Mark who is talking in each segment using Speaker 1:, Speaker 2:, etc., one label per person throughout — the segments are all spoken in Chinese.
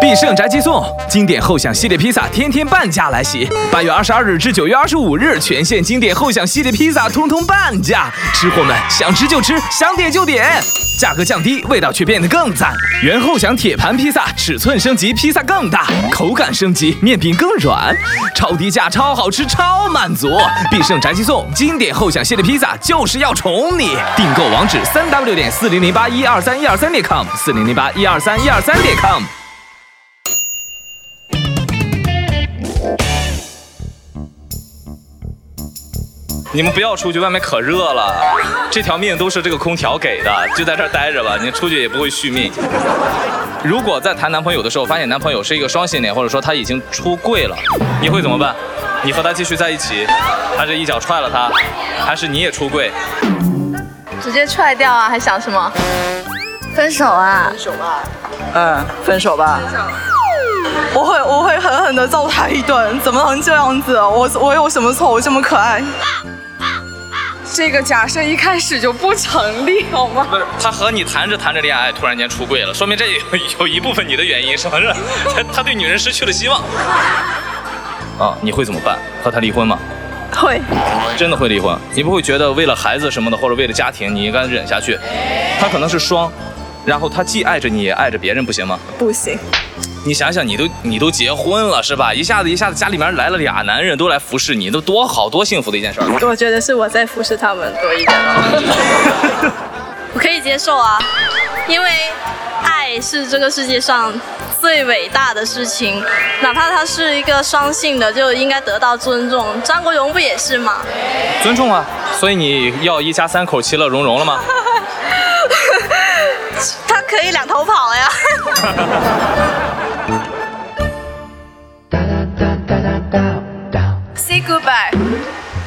Speaker 1: 必胜宅急送，经典后享系列披萨天天半价来袭！八月二十二日至九月二十五日，全线经典后享系列披萨通通半价，吃货们想吃就吃，想点就点，价格降低，味道却变得更赞。原后享铁盘披萨尺寸升级，披萨更大，口感升级，面饼更软，超低价，超好吃，超满足！必胜宅急送，经典后享系列披萨就是要宠你！订购网址：三 w 点四零零八一二三一二三点 com，四零零八一二三一二三点 com。你们不要出去，外面可热了。这条命都是这个空调给的，就在这儿待着吧，你出去也不会续命。如果在谈男朋友的时候发现男朋友是一个双性恋，或者说他已经出柜了，你会怎么办？你和他继续在一起，还是一脚踹了他，还是你也出柜？
Speaker 2: 直接踹掉啊，还想什么？分手啊！
Speaker 3: 分手吧，嗯，分手吧。我会我会狠狠的揍他一顿，怎么能这样子？啊我我有什么错？我这么可爱。
Speaker 4: 这个假设一开始就不成立，好吗？
Speaker 1: 不是，他和你谈着谈着恋爱，突然间出柜了，说明这有有一部分你的原因，是不是？他他对女人失去了希望。啊，你会怎么办？和他离婚吗？
Speaker 3: 会，
Speaker 1: 真的会离婚？你不会觉得为了孩子什么的，或者为了家庭，你应该忍下去？他可能是双，然后他既爱着你也爱着别人，不行吗？
Speaker 3: 不行。
Speaker 1: 你想想，你都你都结婚了是吧？一下子一下子家里面来了俩男人，都来服侍你，都多好多幸福的一件事儿。
Speaker 3: 我觉得是我在服侍他们多一点。
Speaker 2: 我可以接受啊，因为爱是这个世界上最伟大的事情，哪怕他是一个双性的，就应该得到尊重。张国荣不也是吗？
Speaker 1: 尊重啊，所以你要一家三口其乐融融了吗？
Speaker 2: 他可以两头跑 呀。
Speaker 4: Say goodbye。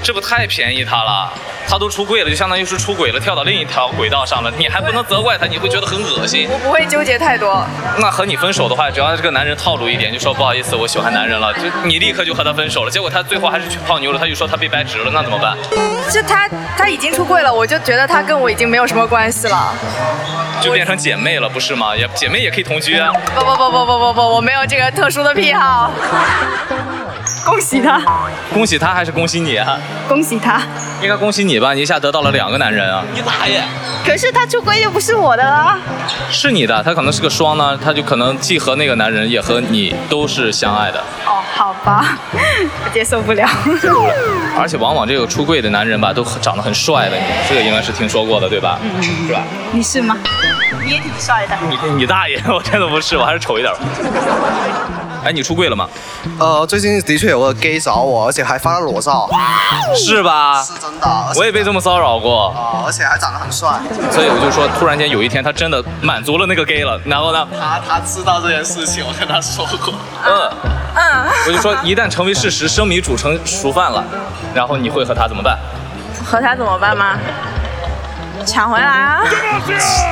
Speaker 1: 这不太便宜他了，他都出柜了，就相当于是出轨了，跳到另一条轨道上了。你还不能责怪他，你会觉得很恶心。
Speaker 4: 我不会纠结太多。
Speaker 1: 那和你分手的话，只要这个男人套路一点，就说不好意思，我喜欢男人了，就你立刻就和他分手了。结果他最后还是去泡妞了，他就说他被掰直了，那怎么办？
Speaker 4: 就他他已经出柜了，我就觉得他跟我已经没有什么关系了。
Speaker 1: 就变成姐妹了，不是吗？也姐妹也可以同居啊。
Speaker 4: 不不不不不不不，我没有这个特殊的癖好。恭喜他！
Speaker 1: 恭喜他还是恭喜你啊？
Speaker 4: 恭喜他！
Speaker 1: 应该恭喜你吧，你一下得到了两个男人啊！你大爷！
Speaker 4: 可是他出轨又不是我的啊啦。
Speaker 1: 是你的，他可能是个双呢，他就可能既和那个男人，也和你都是相爱的。
Speaker 4: 哦，好 吧，我接受不了。
Speaker 1: 而且往往这个出柜的男人吧，都长得很帅的，你这个应该是听说过的，对吧？嗯，是吧？
Speaker 4: 你是吗？你也挺帅的。
Speaker 1: 你你大爷！我真的不是，我还是丑一点。 哎，你出柜了吗？
Speaker 5: 呃，最近的确有个 gay 找我，而且还发了裸照，
Speaker 4: 嗯
Speaker 1: 是吧？
Speaker 5: 是真的。
Speaker 1: 我也被这么骚扰过，
Speaker 5: 啊、而且还长得很帅。
Speaker 1: 所以我就说，突然间有一天他真的满足了那个 gay 了，然后呢，
Speaker 5: 他他知道这件事情，我跟他说过。
Speaker 1: 嗯嗯，我就说一旦成为事实，生米煮成熟饭了，然后你会和他怎么办？
Speaker 4: 和他怎么办吗？抢回来啊！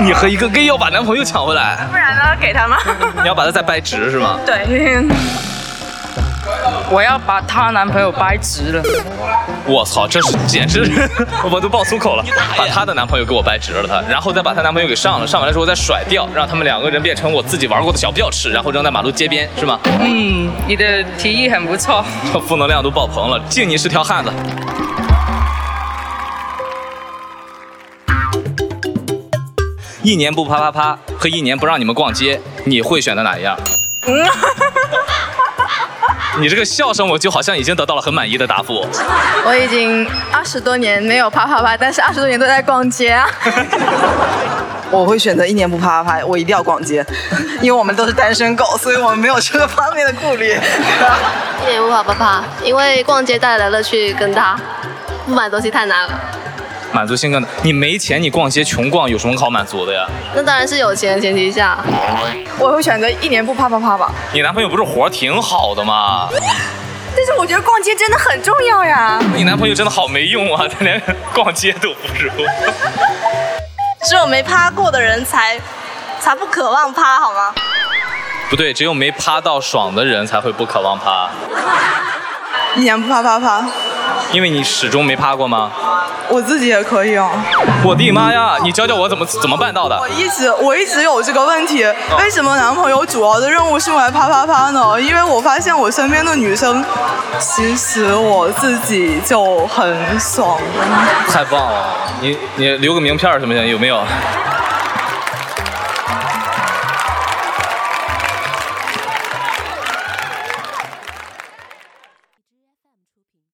Speaker 1: 你和一个 gay 要把男朋友抢回来，
Speaker 4: 不然呢？给他吗？
Speaker 1: 你要把他再掰直是吗？
Speaker 4: 对。
Speaker 6: 我要把她男朋友掰直了。
Speaker 1: 我操，这是简直，我都爆粗口了。把她的男朋友给我掰直了她，然后再把她男朋友给上了，上完了之后再甩掉，让他们两个人变成我自己玩过的小钥匙，然后扔在马路街边，是吗？
Speaker 6: 嗯，你的提议很不错。
Speaker 1: 这负能量都爆棚了，敬你是条汉子。一年不啪啪啪和一年不让你们逛街，你会选择哪一样？你这个笑声，我就好像已经得到了很满意的答复。
Speaker 4: 我已经二十多年没有啪啪啪，但是二十多年都在逛街啊。
Speaker 3: 我会选择一年不啪啪啪，我一定要逛街， 因为我们都是单身狗，所以我们没有这个方面的顾虑。
Speaker 2: 一点无法不怕，因为逛街带来的乐趣更大，不买东西太难了。
Speaker 1: 满足性更，你没钱，你逛街穷逛有什么好满足的呀？
Speaker 2: 那当然是有钱的前提下。
Speaker 4: 我会选择一年不啪啪啪吧，
Speaker 1: 你男朋友不是活儿挺好的吗？
Speaker 4: 但是我觉得逛街真的很重要呀。
Speaker 1: 你男朋友真的好没用啊，他 连逛街都不如。
Speaker 2: 只有没趴过的人才才不渴望趴，好吗？
Speaker 1: 不对，只有没趴到爽的人才会不渴望趴，
Speaker 3: 一年不啪啪啪，
Speaker 1: 因为你始终没趴过吗？
Speaker 4: 我自己也可
Speaker 3: 哦
Speaker 4: 以啊。
Speaker 1: 我的妈呀！你教教我怎么怎么办到的？
Speaker 4: 我一直我一直有这个问题，为什么男朋友主要的任务是用来啪啪啪呢？因为我发现我身边的女生，其实我自己就很爽。
Speaker 1: 太棒了！你你留个名片儿什么的有没有？